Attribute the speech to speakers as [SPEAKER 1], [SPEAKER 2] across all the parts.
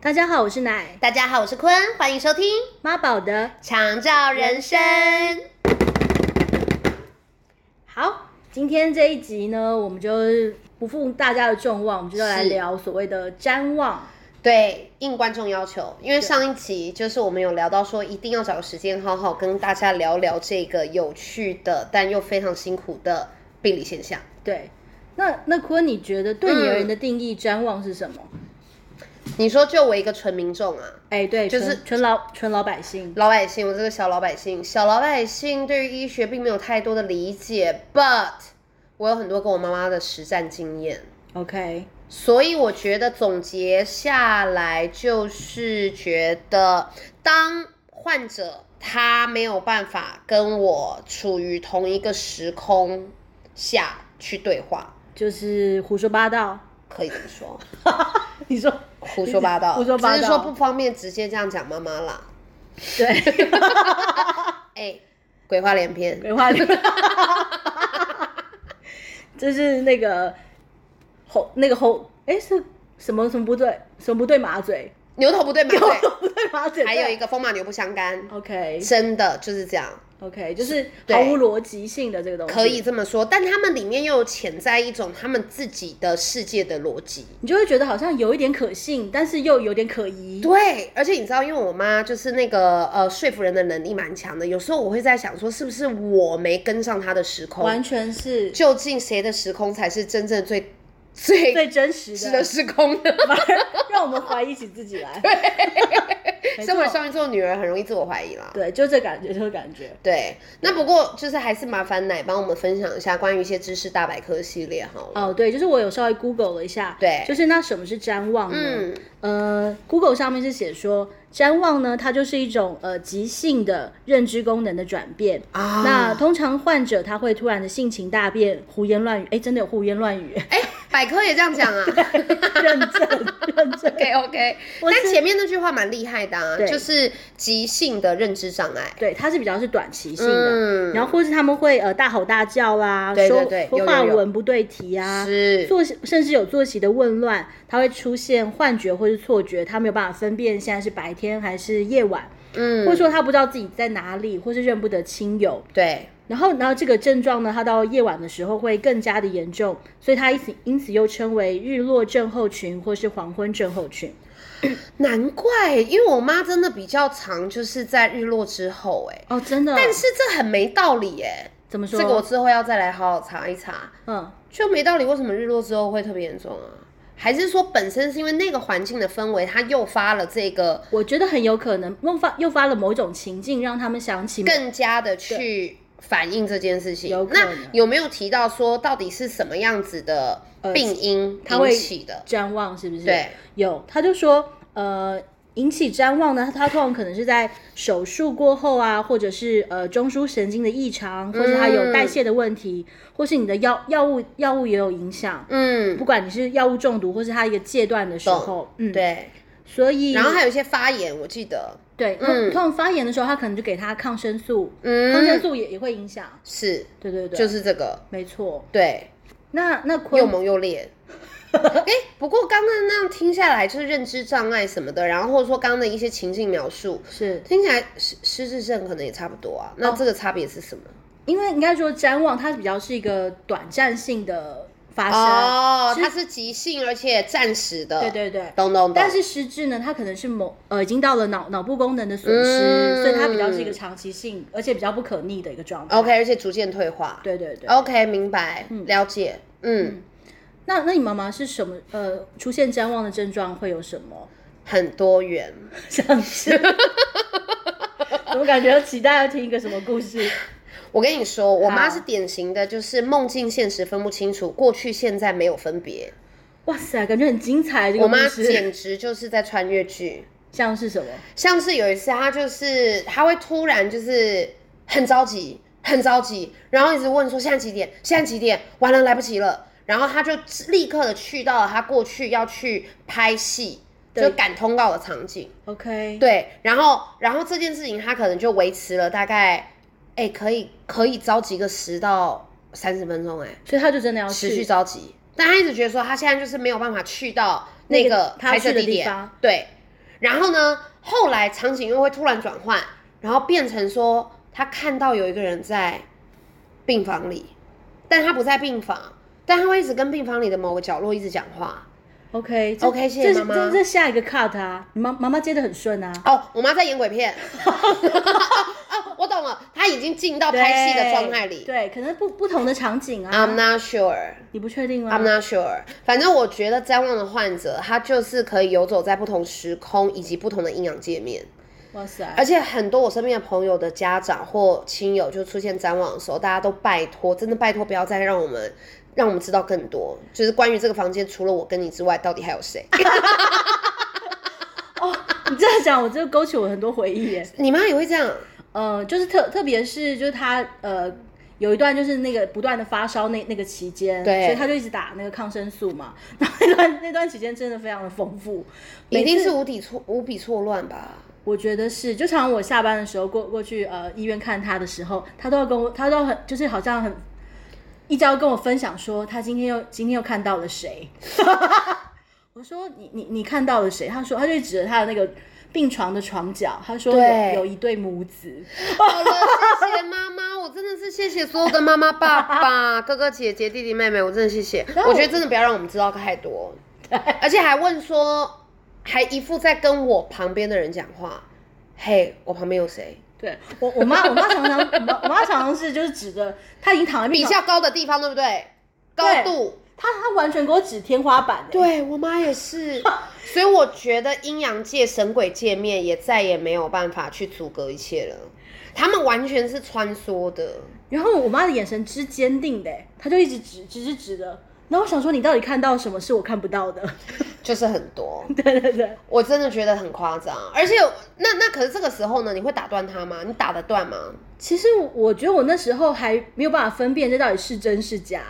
[SPEAKER 1] 大家好，我是奶
[SPEAKER 2] 大家好，我是坤，欢迎收听《
[SPEAKER 1] 妈宝的。
[SPEAKER 2] 长照人生》。
[SPEAKER 1] 好，今天这一集呢，我们就是不负大家的众望，我们就要来
[SPEAKER 2] 是
[SPEAKER 1] 聊所谓的瞻望。
[SPEAKER 2] 对，应观众要求，因为上一期就是我们有聊到说，一定要找个时间好好跟大家聊聊这个有趣的，但又非常辛苦的病理现象。
[SPEAKER 1] 对，那那坤，你觉得对你而言
[SPEAKER 2] 嗯
[SPEAKER 1] 的定义瞻望是什么？
[SPEAKER 2] 你说，就我一个纯民众啊，
[SPEAKER 1] 哎、对，
[SPEAKER 2] 就
[SPEAKER 1] 纯
[SPEAKER 2] 是
[SPEAKER 1] 纯老纯老百姓。
[SPEAKER 2] 老百姓，我这个小老百姓，小老百姓对于医学并没有太多的理解，but 我有很多跟我妈妈的实战经验。
[SPEAKER 1] OK，
[SPEAKER 2] 所以我觉得总结下来就是觉得，当患者他没有办法跟我处于同一个时空下去对话，
[SPEAKER 1] 就是胡说八 道。
[SPEAKER 2] 可以这么说，
[SPEAKER 1] 你说
[SPEAKER 2] 胡说八道，
[SPEAKER 1] 胡说八道，
[SPEAKER 2] 只是说不方便直接这样讲妈妈啦。
[SPEAKER 1] 对，
[SPEAKER 2] 哎、鬼话连篇，
[SPEAKER 1] 鬼话里， 就是那个猴，那个猴，哎、是什么什么不对，什么不对马嘴，
[SPEAKER 2] 牛头不对马嘴，
[SPEAKER 1] 不 对马嘴，
[SPEAKER 2] 还有一
[SPEAKER 1] 个
[SPEAKER 2] 个风马牛不相干，
[SPEAKER 1] OK
[SPEAKER 2] 真的就是这样。
[SPEAKER 1] OK，就是
[SPEAKER 2] 对
[SPEAKER 1] 毫无逻辑性的这个东西，
[SPEAKER 2] 可以，这么说，但他们里面又有潜在一种他们自己的世界的逻辑，
[SPEAKER 1] 你就会觉得好像有一点可信，但是又有点可疑。
[SPEAKER 2] 对，而且你知道，因为我妈就是那个呃说服人的能力蛮强的，有时候我会在想说，是不是我没跟上她的时
[SPEAKER 1] 完
[SPEAKER 2] 空？
[SPEAKER 1] 全是
[SPEAKER 2] 究竟谁的时空才是真正最最
[SPEAKER 1] 最真实
[SPEAKER 2] 值
[SPEAKER 1] 的
[SPEAKER 2] 得，时空呢？
[SPEAKER 1] 反而让我们怀疑起自己 来。 没
[SPEAKER 2] 身为
[SPEAKER 1] 错
[SPEAKER 2] 双鱼座女儿，很容易自我怀疑啦。
[SPEAKER 1] 对，就这感觉，就这感觉。
[SPEAKER 2] 对，那不过就是还是麻烦奶帮我们分享一下关于一些知识大百科系列好了。
[SPEAKER 1] 哦，对，就是我有稍微 Google 了一下，
[SPEAKER 2] 对
[SPEAKER 1] 就是那什么是瞻望呢？
[SPEAKER 2] 嗯，
[SPEAKER 1] 呃，Google 上面是写说，瞻望呢，它就是一种呃急性的认知功能的转变。
[SPEAKER 2] 啊
[SPEAKER 1] 那通常患者他会突然的性情大变、胡言乱语，哎，真的有胡言乱语，
[SPEAKER 2] 哎，百科也这样讲啊。
[SPEAKER 1] 认证认证，
[SPEAKER 2] OK OK，
[SPEAKER 1] 我
[SPEAKER 2] 但
[SPEAKER 1] 是
[SPEAKER 2] 前面那句话蛮厉害的啊，
[SPEAKER 1] 对
[SPEAKER 2] 就是急性的认知障碍。
[SPEAKER 1] 对，它是比较是短期性的，
[SPEAKER 2] 嗯
[SPEAKER 1] 然后或是他们会呃大吼大叫啦，
[SPEAKER 2] 对对对
[SPEAKER 1] 说说
[SPEAKER 2] 有有
[SPEAKER 1] 话
[SPEAKER 2] 有
[SPEAKER 1] 文不对题啊，
[SPEAKER 2] 是
[SPEAKER 1] 作息甚至有作息的紊乱，它会出现幻觉或是错觉，他没有办法分辨现在是白天还是夜晚，
[SPEAKER 2] 嗯，
[SPEAKER 1] 或者说他不知道自己在哪里，或是认不得亲友。
[SPEAKER 2] 对，
[SPEAKER 1] 然后，然后这个症状呢，它到夜晚的时候会更加的严重，所以它因此因此又称为日落症候群或是黄昏症候群。
[SPEAKER 2] 难怪，因为我妈真的比较常就是在日落之后、哎、
[SPEAKER 1] 哦，真的？
[SPEAKER 2] 但是这很没道理、哎，
[SPEAKER 1] 怎么说？
[SPEAKER 2] 这个我之后要再来好好查一查，
[SPEAKER 1] 嗯，
[SPEAKER 2] 就没道理，为什么日落之后会特别严重啊？还是说本身是因为那个环境的氛围，它诱发了这个
[SPEAKER 1] 我觉得很有可能诱发诱发了某种情境，让他们想起某
[SPEAKER 2] 更加的去反映这件事情
[SPEAKER 1] 有？可
[SPEAKER 2] 那
[SPEAKER 1] 能
[SPEAKER 2] 有没有提到说到底是什么样子的病因
[SPEAKER 1] 呃它会
[SPEAKER 2] 引起的？
[SPEAKER 1] 瞻望，是不是？
[SPEAKER 2] 对，
[SPEAKER 1] 有，他就说，呃，引起瞻望呢，它通常可能是在手术过后啊，或者是呃中枢神经的异
[SPEAKER 2] 嗯
[SPEAKER 1] 常，或是它有代谢的问题，或是你的药药物药物也有影响。
[SPEAKER 2] 嗯，
[SPEAKER 1] 不管你是药物中毒，或是它一个戒断的时候，嗯，，
[SPEAKER 2] 对。
[SPEAKER 1] 所以
[SPEAKER 2] 然后还有一些发炎，我记得，
[SPEAKER 1] 对，通
[SPEAKER 2] 嗯
[SPEAKER 1] 通常发炎的时候，他可能就给他抗生素，抗生
[SPEAKER 2] 嗯，
[SPEAKER 1] 素也也会影响，
[SPEAKER 2] 是，
[SPEAKER 1] 对对对，
[SPEAKER 2] 就是这个，
[SPEAKER 1] 没错。
[SPEAKER 2] 对。
[SPEAKER 1] 那那
[SPEAKER 2] 又
[SPEAKER 1] 坤
[SPEAKER 2] 萌又 烈。哎、不过刚刚那样听下来，就是认知障碍什么的，然后或者说刚刚的一些情境描述，
[SPEAKER 1] 是
[SPEAKER 2] 听起来失失智症可能也差不多啊。那这个差别是什么？
[SPEAKER 1] 因为应该说瞻望，它比较是一个短暂性的发生，
[SPEAKER 2] 哦，
[SPEAKER 1] 是
[SPEAKER 2] 它是急性而且暂时的。
[SPEAKER 1] 对对对。
[SPEAKER 2] 懂懂懂。
[SPEAKER 1] 但是失智呢，它可能是某呃已经到了脑脑部功能的损失，
[SPEAKER 2] 嗯
[SPEAKER 1] 所以它比较是一个长期性，而且比较不可逆的一个状态。
[SPEAKER 2] OK，而且哦逐渐退化。
[SPEAKER 1] 对对对。
[SPEAKER 2] OK，明白，了解。嗯，
[SPEAKER 1] 那那你妈妈是什么？呃，出现瞻望的症状会有什么？
[SPEAKER 2] 很多元。
[SPEAKER 1] 像是， 怎么感觉期待要听一个什么故事？
[SPEAKER 2] 我跟你说，我妈
[SPEAKER 1] 好
[SPEAKER 2] 是典型的，就是梦境现实分不清楚，过去现在没有分别。
[SPEAKER 1] 哇塞，感觉很精彩。这个
[SPEAKER 2] 我
[SPEAKER 1] 故
[SPEAKER 2] 妈
[SPEAKER 1] 事
[SPEAKER 2] 简直就是在穿越剧。
[SPEAKER 1] 像是什么？
[SPEAKER 2] 像是有一次，他就是他会突然就是很着急，很着急，然后一直问说现在几点？现在几点？完了，来不及了。然后他就立刻的去到了他过去要去拍戏，
[SPEAKER 1] 对
[SPEAKER 2] 就赶通告的场景。
[SPEAKER 1] OK，
[SPEAKER 2] 对，然后然后这件事情他可能就维持了大概，哎，可以可以着急个十到三十分钟，哎，
[SPEAKER 1] 所以她就真的要
[SPEAKER 2] 持续
[SPEAKER 1] 去。
[SPEAKER 2] 着急。但他一直觉得说他现在就是没有办法去到那
[SPEAKER 1] 那个
[SPEAKER 2] 个
[SPEAKER 1] 他
[SPEAKER 2] 拍摄
[SPEAKER 1] 去的
[SPEAKER 2] 地
[SPEAKER 1] 地
[SPEAKER 2] 点
[SPEAKER 1] 方，
[SPEAKER 2] 对。然后呢，后来场景又会突然转换，然后变成说他看到有一个人在病房里，但他不在病房，但他会一直跟病房里的某个角落一直讲话。
[SPEAKER 1] OK 这
[SPEAKER 2] OK，谢谢
[SPEAKER 1] 这
[SPEAKER 2] 妈妈
[SPEAKER 1] 这这下一个 cut 啊，你妈妈妈接的很顺啊。
[SPEAKER 2] 哦，我妈在演鬼 片。哦，我懂了，她已经进到拍戏的状态里。
[SPEAKER 1] 对，对可能不不同的场景啊。
[SPEAKER 2] I'm not sure.
[SPEAKER 1] 你不确定吗
[SPEAKER 2] I'm not sure。反正我觉得瞻望的患者，他就是可以游走在不同时空以及不同的阴阳界面。
[SPEAKER 1] 哇塞，
[SPEAKER 2] 而且很多我身边的朋友的家长或亲友就出现瞻望的时候，大家都拜托，真的拜托不要再让我们让我们知道更多，就是关于这个房间除了我跟你之外，到底还有谁？
[SPEAKER 1] 你这样讲，我就勾起我很多回忆耶。
[SPEAKER 2] 你妈也会这样？
[SPEAKER 1] 呃，就是特特别是就是他呃有一段就是那个不断的发烧那那个期间，
[SPEAKER 2] 对
[SPEAKER 1] 所以他就一直打那个抗生素嘛。 然后那段那段期间真的非常的丰富，
[SPEAKER 2] 一
[SPEAKER 1] 每
[SPEAKER 2] 定
[SPEAKER 1] 次
[SPEAKER 2] 是无底错无比错乱吧？
[SPEAKER 1] 我觉得是，就常常我下班的时候过过去呃医院看他的时候，他都要跟我，他都很就是好像很一直要跟我分享说他今天又今天又看到了谁。 我说你你你看到了谁？他说他就指着他的那个病床的床角，他说
[SPEAKER 2] 对
[SPEAKER 1] 有有一对母子。
[SPEAKER 2] 好了，谢谢妈妈，我真的是谢谢所有的妈妈、爸爸、哥哥、姐姐、弟弟、妹妹，我真的谢 谢。
[SPEAKER 1] 然后
[SPEAKER 2] 我觉得真的不要让我们知道太 多，而且还问说，还一副在跟我旁边的人讲话。嘿、我旁边有谁？
[SPEAKER 1] 对我我妈我妈常常我妈我妈常常是就是指着他已经躺在
[SPEAKER 2] 比
[SPEAKER 1] 病
[SPEAKER 2] 较
[SPEAKER 1] 床，
[SPEAKER 2] 高的地方，对不对？高
[SPEAKER 1] 对
[SPEAKER 2] 度。
[SPEAKER 1] 他他完全给我指天花板、欸。
[SPEAKER 2] 对我妈也是， 所以我觉得阴阳界、神鬼界面也再也没有办法去阻隔一切了，他们完全是穿梭的。
[SPEAKER 1] 然后我妈的眼神之坚定的欸，她就一直指指指指的。然后我想说，你到底看到什么是我看不到的？
[SPEAKER 2] 就是很多，
[SPEAKER 1] 对对对，
[SPEAKER 2] 我真的觉得很夸张，而且那那可是这个时候呢，你会打断他吗？你打得断 吗？
[SPEAKER 1] 其实我我觉得我那时候还没有办法分辨这到底是真是假。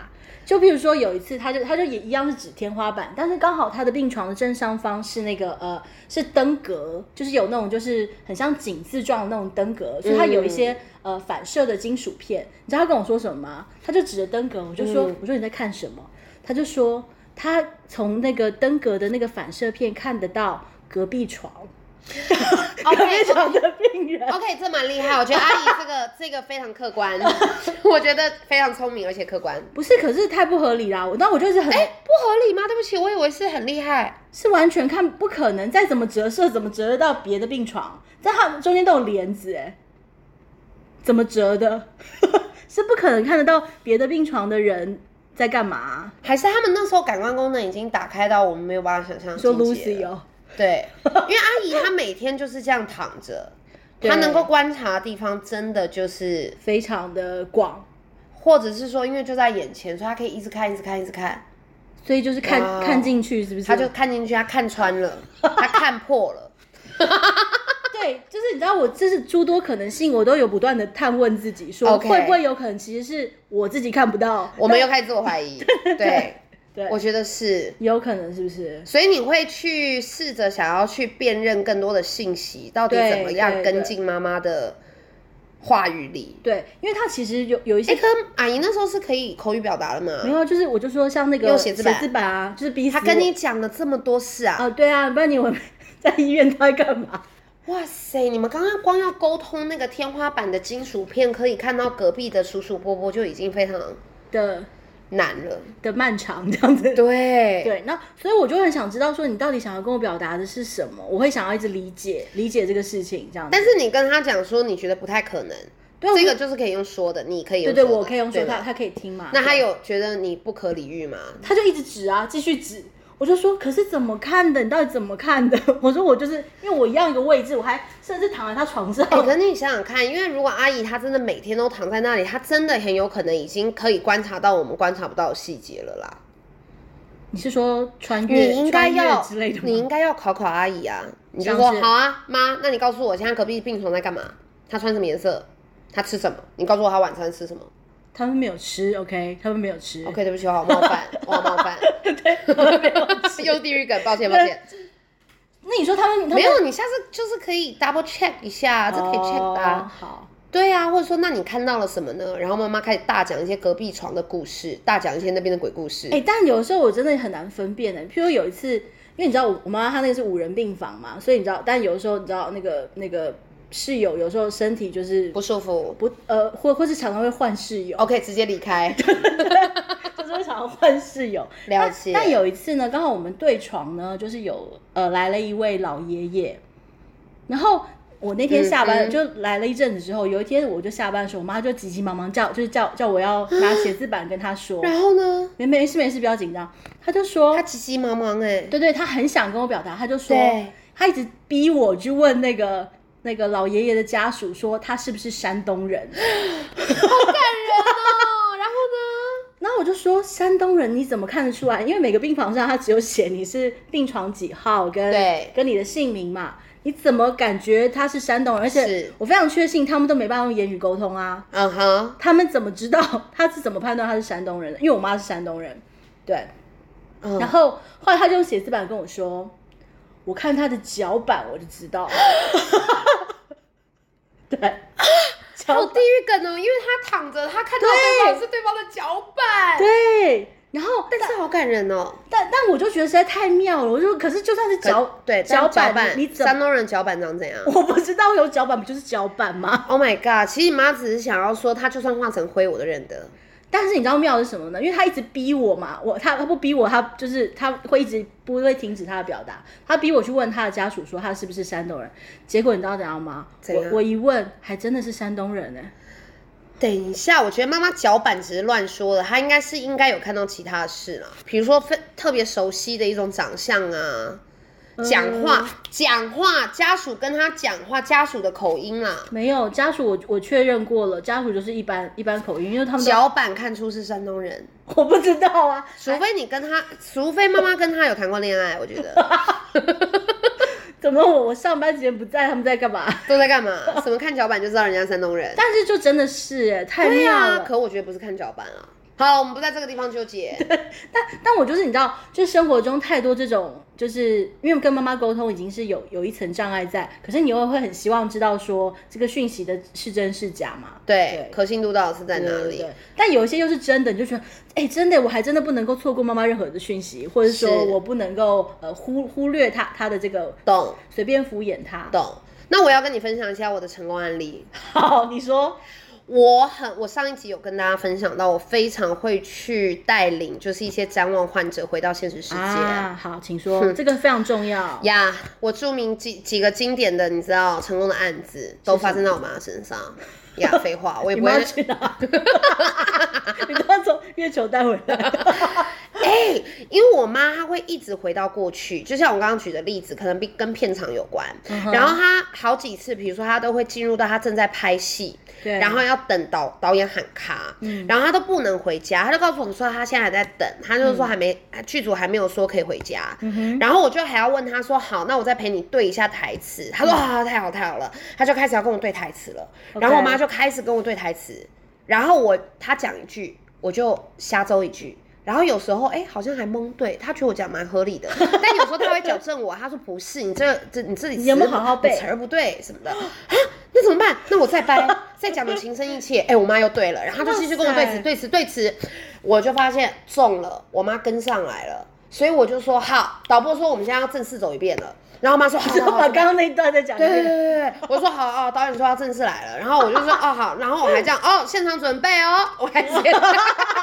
[SPEAKER 1] 就比如说有一次，她就她就也一样是指天花板，但是刚好她的病床的正上方是那个呃是灯格，就是有那种就是很像井字状的那种灯格，所以它有一些、呃反射的金属片。你知道她跟我说什么吗？她就指着灯格，我就说、
[SPEAKER 2] 嗯
[SPEAKER 1] 我说你在看什么？她就说她从那个灯格的那个反射片看得到隔壁床 隔壁床的病人。
[SPEAKER 2] OK，这蛮厉害，我觉得阿姨这 个这个非常客观， 我觉得非常聪明而且客观，
[SPEAKER 1] 不是，可是太不合理啦！我那我就是很、
[SPEAKER 2] 不合理吗？对不起，我以为是很厉害。
[SPEAKER 1] 是完全看不可能，再怎么折射，怎么折得到别的病床？但他们中间都有帘子，哎，怎么折的？ 是不可能看得到别的病床的人在干嘛、
[SPEAKER 2] 还是他们那时候感官功能已经打开到我们没有办法想象的
[SPEAKER 1] 说
[SPEAKER 2] 境界
[SPEAKER 1] Lucy
[SPEAKER 2] 了
[SPEAKER 1] 哦，
[SPEAKER 2] 对，因为阿姨她每天就是这样躺着，
[SPEAKER 1] 对
[SPEAKER 2] 她能够观察的地方真的就是，
[SPEAKER 1] 非常的广，
[SPEAKER 2] 或者是说因为就在眼前，所以她可以一直看，一直看，一直看。
[SPEAKER 1] 所以就是看、
[SPEAKER 2] 哇哦
[SPEAKER 1] 看进去，是不是？
[SPEAKER 2] 他就看进去，他看穿了，他看破了。
[SPEAKER 1] 对，就是你知道我这是诸多可能性，我都有不断的探问自己，说
[SPEAKER 2] OK
[SPEAKER 1] 会不会有可能其实是我自己看不到？
[SPEAKER 2] 我们又开始自我怀疑，对，
[SPEAKER 1] 对，
[SPEAKER 2] 我觉得是。
[SPEAKER 1] 有可能是不是？
[SPEAKER 2] 所以你会去试着想要去辨认更多的信息，到底
[SPEAKER 1] 对
[SPEAKER 2] 怎么样
[SPEAKER 1] 对
[SPEAKER 2] 跟进妈妈的话语里。
[SPEAKER 1] 对，因为他其实有有一些
[SPEAKER 2] 哎，跟阿姨那时候是可以口语表达的
[SPEAKER 1] 没
[SPEAKER 2] 嘛？
[SPEAKER 1] 有，就是我就说像那个
[SPEAKER 2] 用写字板
[SPEAKER 1] 啊，就是逼死
[SPEAKER 2] 她跟
[SPEAKER 1] 我
[SPEAKER 2] 你讲了这么多事啊！
[SPEAKER 1] 啊，对啊，不然你以为 在医院他在干嘛？
[SPEAKER 2] 哇塞，你们刚刚光要沟通那个天花板的金属片，可以看到隔壁的叔叔伯伯就已经非常
[SPEAKER 1] 的
[SPEAKER 2] 难了。
[SPEAKER 1] 的漫长这样子。
[SPEAKER 2] 对，
[SPEAKER 1] 对，那所以我就很想知道，说你到底想要跟我表达的是什么？我会想要一直理解理解这个事情，这样子。
[SPEAKER 2] 但是你跟他讲说你觉得不太可能，
[SPEAKER 1] 对我
[SPEAKER 2] 这个就是可以用说的，你可以
[SPEAKER 1] 对
[SPEAKER 2] 用
[SPEAKER 1] 对，
[SPEAKER 2] 说的
[SPEAKER 1] 我可以用说
[SPEAKER 2] 对吗
[SPEAKER 1] 他，他可以听嘛？
[SPEAKER 2] 那
[SPEAKER 1] 对
[SPEAKER 2] 他有觉得你不可理喻吗？
[SPEAKER 1] 他就一直指啊，继续指。我就说，可是怎么看的？你到底怎么看的？ 我说我就是因为我一样一个位置，我还甚至躺在他床上。
[SPEAKER 2] 哎、可是你想想看，因为如果阿姨她真的每天都躺在那里，她真的很有可能已经可以观察到我们观察不到的细节了啦。
[SPEAKER 1] 你是说穿越？
[SPEAKER 2] 你应该
[SPEAKER 1] 穿越
[SPEAKER 2] 要
[SPEAKER 1] 之类的，吗？
[SPEAKER 2] 你应该要考考阿姨啊！你就
[SPEAKER 1] 像
[SPEAKER 2] 说
[SPEAKER 1] 是
[SPEAKER 2] 好啊，妈，那你告诉我现在隔壁病床在干嘛？她穿什么颜色？她吃什么？你告诉我她晚餐吃什么
[SPEAKER 1] 他们没有吃，OK，他们没有吃
[SPEAKER 2] ？OK，对不起，我好冒 犯，我好冒犯，
[SPEAKER 1] 对，他们没有吃。
[SPEAKER 2] 又是地狱梗，抱歉抱歉。
[SPEAKER 1] 那你说他们他们
[SPEAKER 2] 没有，你下次就是可以 double check 一下，这可以 check
[SPEAKER 1] 哦
[SPEAKER 2] 的、啊。
[SPEAKER 1] 好，
[SPEAKER 2] 对啊，或者说，那你看到了什么呢？然后妈妈开始大讲一些隔壁床的故事，大讲一些那边的鬼故事。
[SPEAKER 1] 哎哎、但有时候我真的很难分辨的。譬如有一次，因因为你知道我我妈妈她那个是五人病房嘛，所以你知道，但有的时候你知道那个那个室友有时候身体就是
[SPEAKER 2] 不舒服
[SPEAKER 1] 不呃或或是常常会换室友，
[SPEAKER 2] ，OK，直接离开。
[SPEAKER 1] 就是会常常换室友。
[SPEAKER 2] 了解
[SPEAKER 1] 但。但有一次呢，刚好我们对床呢，就是有呃来了一位老爷爷，然后我那天下班、
[SPEAKER 2] 嗯嗯
[SPEAKER 1] 就来了一阵子之后，有一天我就下班的时候，我妈就急急忙忙叫，就是叫叫我要拿写字板跟她说，
[SPEAKER 2] 然后呢？
[SPEAKER 1] 没没事没事，不要紧张。她就说
[SPEAKER 2] 他，急急忙忙哎、
[SPEAKER 1] 对对，她很想跟我表达，她就说
[SPEAKER 2] 对，
[SPEAKER 1] 她一直逼我去问那个。那个老爷爷的家属说他是不是山东人，
[SPEAKER 2] 哦，然后呢？
[SPEAKER 1] 然后我就说山东人你怎么看得出来？因为每个病房上他只有写你是病床几号跟
[SPEAKER 2] 对
[SPEAKER 1] 跟你的姓名嘛，你怎么感觉他是山东人？而且
[SPEAKER 2] 是
[SPEAKER 1] 我非常确信他们都没办法用言语沟通啊，
[SPEAKER 2] 嗯哼，
[SPEAKER 1] 他们怎么知道 他是怎么判断他是山东人的？因为我妈是山东人，对。
[SPEAKER 2] 嗯
[SPEAKER 1] 然后后来他就用写字板跟我说，我看他的脚板我就知道， 对，脚
[SPEAKER 2] 好地狱梗哦，因为他躺着，他看到对方是对方的脚板，
[SPEAKER 1] 对。然后
[SPEAKER 2] 但是好感人哦。
[SPEAKER 1] 但但我就觉得实在太妙了，我就可是就算是脚
[SPEAKER 2] 可对但
[SPEAKER 1] 脚
[SPEAKER 2] 脚
[SPEAKER 1] 板，
[SPEAKER 2] 板，
[SPEAKER 1] 你怎
[SPEAKER 2] 山
[SPEAKER 1] 么
[SPEAKER 2] 东人脚板长怎样
[SPEAKER 1] 我不知道有脚板不就是脚板吗？
[SPEAKER 2] ？Oh my god！其实你妈只是想要说，她就算化成灰，我都认得。
[SPEAKER 1] 但是你知道妙的是什么呢？因为他一直逼我嘛，我他他不逼我，他就是他会一直不会停止他的表达，他逼我去问他的家属说他是不是山东人，结果你知道怎样吗？
[SPEAKER 2] 怎
[SPEAKER 1] 我
[SPEAKER 2] 样
[SPEAKER 1] 我一问，还真的是山东人呢、
[SPEAKER 2] 等一下，我觉得妈妈脚板只是乱说的，她应该是应该有看到其他的事啦，比如说非特别熟悉的一种长相啊，
[SPEAKER 1] 嗯
[SPEAKER 2] 讲话讲话，家属跟她讲话，家属的口音啊啦，
[SPEAKER 1] 没有家属我我确认过了，家属就是一般一般口音，因为他们都
[SPEAKER 2] 脚板看出是山东人，
[SPEAKER 1] 我不知道啊，
[SPEAKER 2] 除非你跟她，除非妈妈跟她有谈过恋爱，我觉 得
[SPEAKER 1] 怎么我我上班时间不在，他们在干嘛？
[SPEAKER 2] 都在干嘛？什么看脚板就知道人家山东人？
[SPEAKER 1] 但是就真的是耶太
[SPEAKER 2] 对
[SPEAKER 1] 妙
[SPEAKER 2] 啊，
[SPEAKER 1] 了。
[SPEAKER 2] 可我觉得不是看脚板啊。好，我们不在这个地方纠结。
[SPEAKER 1] 但但我就是你知道，就生活中太多这种，就是因为跟妈妈沟通已经是有有一层障碍在，可是你又会很希望知道说这个讯息的是真是假嘛？
[SPEAKER 2] 对
[SPEAKER 1] 对，
[SPEAKER 2] 可信度到底是在哪
[SPEAKER 1] 对
[SPEAKER 2] 里？
[SPEAKER 1] 对但有一些又是真的，你就觉得，哎、真的，我还真的不能够错过妈妈任何的讯息，或者说
[SPEAKER 2] 是
[SPEAKER 1] 我不能够呃忽忽略她她的这个
[SPEAKER 2] 懂
[SPEAKER 1] 随便敷衍她。
[SPEAKER 2] 懂。那我要跟你分享一下我的成功案例。
[SPEAKER 1] 好，你说，
[SPEAKER 2] 我很，我上一集有跟大家分享到，我非常会去带领，就是一些瞻望患者回到现实世界。
[SPEAKER 1] 啊，好，请说，这个非常重要。
[SPEAKER 2] 呀我著名几几个经典的，你知道成功的案子都发生在我妈身上。 呀，废话，我也
[SPEAKER 1] 你
[SPEAKER 2] 不会
[SPEAKER 1] 妈。去哪？ 你刚从月球带回来。
[SPEAKER 2] 哎、因为我妈她会一直回到过去，就像我刚刚举的例子，可能跟跟片场有关。
[SPEAKER 1] 哼
[SPEAKER 2] 然后她好几次，比如说她都会进入到她正在拍戏，
[SPEAKER 1] 对，
[SPEAKER 2] 然后要等导导演喊卡，
[SPEAKER 1] 嗯
[SPEAKER 2] 然后他都不能回家，他就告诉我们说他现在还在等，他就是说还没、剧组还没有说可以回家，
[SPEAKER 1] 嗯
[SPEAKER 2] 然后我就还要问他说好，那我再陪你对一下台词，
[SPEAKER 1] 嗯
[SPEAKER 2] 他说好、好太好太好了，他就开始要跟我对台词了，然后我妈就开始跟我对台词，然后我他讲一句我就瞎诌一句。然后有时候，哎，好像还蒙对，他觉得我讲蛮合理 的，但有时候他会矫正我，他说不是，你这这你这里
[SPEAKER 1] 你有没有
[SPEAKER 2] 词不
[SPEAKER 1] 好好背
[SPEAKER 2] 词儿不对什么的 啊，那怎么办？那我再掰，再讲的情深意切。哎、我妈又对了，然后她就继续跟我对
[SPEAKER 1] 哇
[SPEAKER 2] 词
[SPEAKER 1] 塞
[SPEAKER 2] 对词对词，我就发现中了，我妈跟上来了，所以我就说好，导播说我们现在要正式走一遍了，然后我妈说好
[SPEAKER 1] 就
[SPEAKER 2] 好好
[SPEAKER 1] 把。刚刚那一段再讲一
[SPEAKER 2] 对对对
[SPEAKER 1] 遍。
[SPEAKER 2] 对对，我说好哦，导演说要正式来了，然后我就说哦好，然后我还这样哦，现场准备哦，我还直接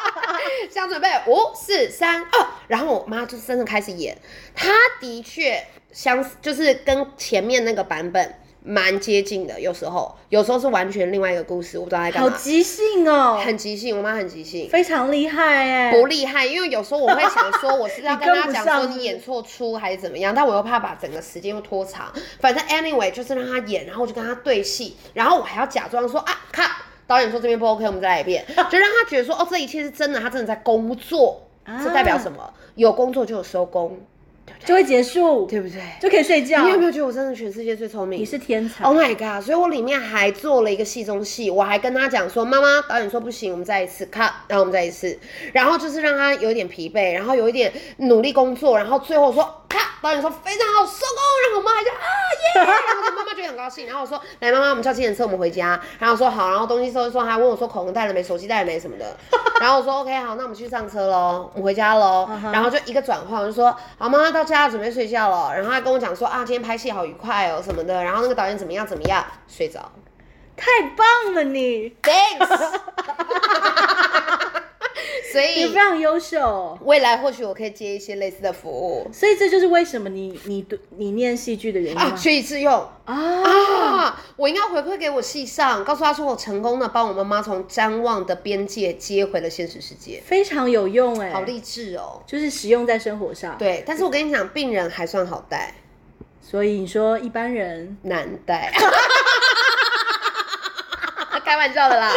[SPEAKER 2] 现场准备五四三二，然后我妈就真的开始演，她的确相似，就是跟前面那个版本蛮接近的，有时候有时候是完全另外一个故事，我不知道在干
[SPEAKER 1] 好
[SPEAKER 2] 嘛，
[SPEAKER 1] 即兴哦，
[SPEAKER 2] 很即兴，我妈很即兴。
[SPEAKER 1] 非常厉害哎。
[SPEAKER 2] 不厉害，因为有时候我会想说，我是不是要
[SPEAKER 1] 你
[SPEAKER 2] 跟
[SPEAKER 1] 跟
[SPEAKER 2] 他
[SPEAKER 1] 不
[SPEAKER 2] 讲
[SPEAKER 1] 上
[SPEAKER 2] 说
[SPEAKER 1] 是不
[SPEAKER 2] 你
[SPEAKER 1] 是
[SPEAKER 2] 演错出还是怎么样，但我又怕把整个时间又拖长。反正 anyway 就是让他演，然后我就跟他对戏，然后我还要假装说啊，看导演说这边不 OK，我们再来一 遍，就让他觉得说哦，这一切是真的，他真的在工作，
[SPEAKER 1] 啊
[SPEAKER 2] 这代表什么？有工作就有收工，
[SPEAKER 1] 就会结束，
[SPEAKER 2] 对不对？
[SPEAKER 1] 就可以睡觉
[SPEAKER 2] 你。有没有觉得我真的全世界最聪明？
[SPEAKER 1] 你是天才
[SPEAKER 2] Oh，my god！所以我里面还做了一个戏中戏，我还跟他讲说，妈妈，导演说不行，我们再一次 cut，然后我们再一次，然后就是让他有一点疲惫，然后有一点努力工作，然后最后说咔，导演说非常好，收工。然后我妈还就啊耶，然后我妈妈就很高兴。然后我说来妈妈，我们叫计程车，我们回家。然后说好，然后东西收一收，还问我说口红带了没，手机带了没什么的。 然后我说 OK 好，那我们去上车喽，我们回家喽。
[SPEAKER 1] 嗯哼
[SPEAKER 2] 然后就一个转换，我就说好妈妈到家了，准备睡觉了。然后她跟我讲说啊今天拍戏好愉快哦什么的。然后那个导演怎么样怎么样，睡着。
[SPEAKER 1] 太棒了你，
[SPEAKER 2] Thanks 。所
[SPEAKER 1] 你
[SPEAKER 2] 以
[SPEAKER 1] 非常优秀。
[SPEAKER 2] 未来或许我可以接一些类似的服务
[SPEAKER 1] 所以这就是为什么你你读你念戏剧的原因
[SPEAKER 2] 啊，
[SPEAKER 1] 吗？
[SPEAKER 2] 学以致用。
[SPEAKER 1] 啊，
[SPEAKER 2] 啊！我应该回馈给我系上，告诉他说我成功的帮我妈妈从瞻望的边界接回了现实世界，
[SPEAKER 1] 非常有用哎、
[SPEAKER 2] 好励志哦。
[SPEAKER 1] 就是使用在生活上。，
[SPEAKER 2] 对，但是我跟你讲，病人还算好带，
[SPEAKER 1] 所以你说一般人
[SPEAKER 2] 难带。 开玩笑的啦，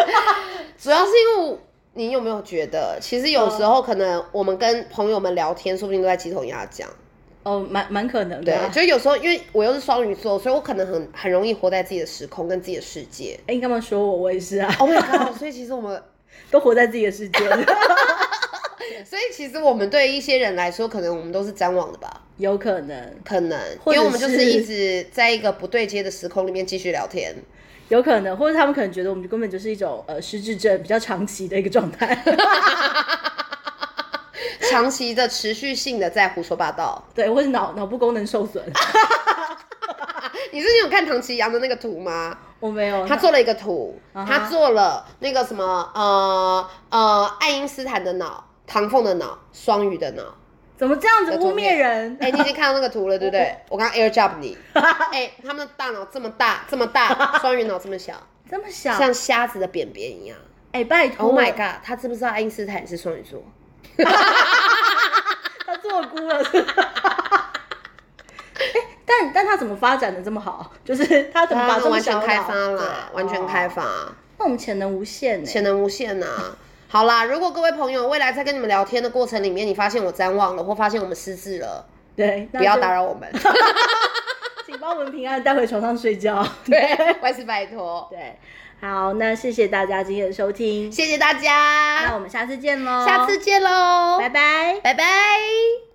[SPEAKER 2] 主要是因为你有没有觉得，其实有时候可能我们跟朋友们聊天，说不定都在鸡同鸭讲。
[SPEAKER 1] 哦，蛮蛮可能的
[SPEAKER 2] 对
[SPEAKER 1] 啊。，
[SPEAKER 2] 就有时候因为我又是双鱼座，所以我可能很很容易活在自己的时空跟自己的世界。
[SPEAKER 1] 哎、你干嘛说我？我也是啊，
[SPEAKER 2] Oh my god！所以其实我们
[SPEAKER 1] 都活在自己的世界。
[SPEAKER 2] 所以其实我们对一些人来说，可能我们都是瞻望的吧，
[SPEAKER 1] 有可能，
[SPEAKER 2] 可能，
[SPEAKER 1] 或
[SPEAKER 2] 因
[SPEAKER 1] 者
[SPEAKER 2] 为我们就是
[SPEAKER 1] 是
[SPEAKER 2] 一直在一个不对接的时空里面继续聊天。
[SPEAKER 1] 有可能，或者他们可能觉得我们根本就是一种呃失智症比较长期的一个状态。
[SPEAKER 2] 长期的、持续性的在胡说 八道。
[SPEAKER 1] 对，或是脑脑部功能受损。
[SPEAKER 2] 你最近有看唐奇阳的那个图吗？
[SPEAKER 1] 我没有，
[SPEAKER 2] 他做了一个图，
[SPEAKER 1] 哦啊哈
[SPEAKER 2] 他做了那个什么呃呃爱因斯坦的脑、唐凤的脑、双鱼的 脑。
[SPEAKER 1] 怎么这样子
[SPEAKER 2] 的图
[SPEAKER 1] 污蔑
[SPEAKER 2] 片
[SPEAKER 1] 人？
[SPEAKER 2] 哎、你已经看到那个图了，对不对？我刚 air job 你。哎、他们的大脑这么大，这么大，双鱼脑这么小，
[SPEAKER 1] 这么小？
[SPEAKER 2] 像瞎子的便便一样。
[SPEAKER 1] 哎、拜托
[SPEAKER 2] Oh my god！他知不知道爱因斯坦是双鱼座？
[SPEAKER 1] 他做估了。 哎但但他怎么发展的这么好？就是啊他怎么把
[SPEAKER 2] 他
[SPEAKER 1] 这么
[SPEAKER 2] 完
[SPEAKER 1] 小
[SPEAKER 2] 全
[SPEAKER 1] 脑
[SPEAKER 2] 开发啦，完全开。
[SPEAKER 1] 对哦
[SPEAKER 2] 发，
[SPEAKER 1] 那我们潜能无限呢、欸
[SPEAKER 2] 潜能无限呐、好啦，如果各位朋友未来在跟你们聊天的过程里面，你发现我瞻望了，或发现我们失智了，
[SPEAKER 1] 对，
[SPEAKER 2] 不要打
[SPEAKER 1] 扰，
[SPEAKER 2] 扰 我们。
[SPEAKER 1] 请把我们平安带回床上睡觉。
[SPEAKER 2] 对，万事拜托，
[SPEAKER 1] 对，好，那谢谢大家今天的收听，
[SPEAKER 2] 谢谢大啊
[SPEAKER 1] 那
[SPEAKER 2] 家
[SPEAKER 1] 我，们下次见喽，
[SPEAKER 2] 下次见喽，
[SPEAKER 1] 拜拜。
[SPEAKER 2] 拜拜。